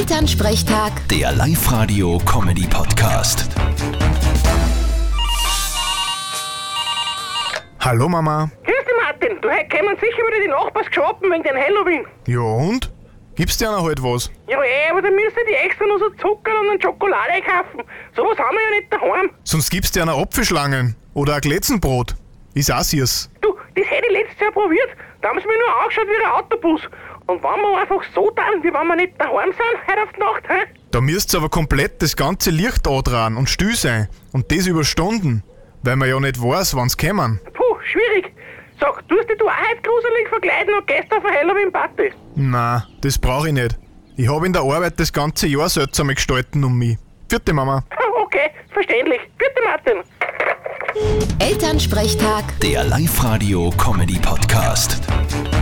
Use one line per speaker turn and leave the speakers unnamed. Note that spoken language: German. Elternsprechtag,
Der Live-Radio-Comedy-Podcast.
Hallo Mama.
Grüß dich, Martin. Du, heute kommen sicher wieder die Nachbars geschoppen wegen den Halloween.
Ja und? Gibst dir noch halt was?
Ja, eh, aber dann müssen die extra noch so Zucker und eine Schokolade kaufen. Sowas haben wir ja nicht daheim.
Sonst gibst dir noch Apfelschlangen oder ein Glätzenbrot. Ist auch süß.
Du, das hätte ich letztes Jahr probiert. Da haben sie mich nur angeschaut wie ein Autobus. Und wenn wir einfach so tun, wie wenn wir nicht daheim sind, heute auf die Nacht, hä?
Da müsst's aber komplett das ganze Licht antragen und still sein. Und das über Stunden. Weil man ja nicht weiß, wann's kommen.
Puh, schwierig. Sag, tust dich du auch heute gruselig verkleiden und gehst auf eine Halloween-Party?
Na, das brauch ich nicht. Ich hab in der Arbeit das ganze Jahr seltsame Gestalten um mich. Vierte Mama.
Okay, verständlich. Bitte, Martin.
Elternsprechtag.
Der Live-Radio-Comedy-Podcast.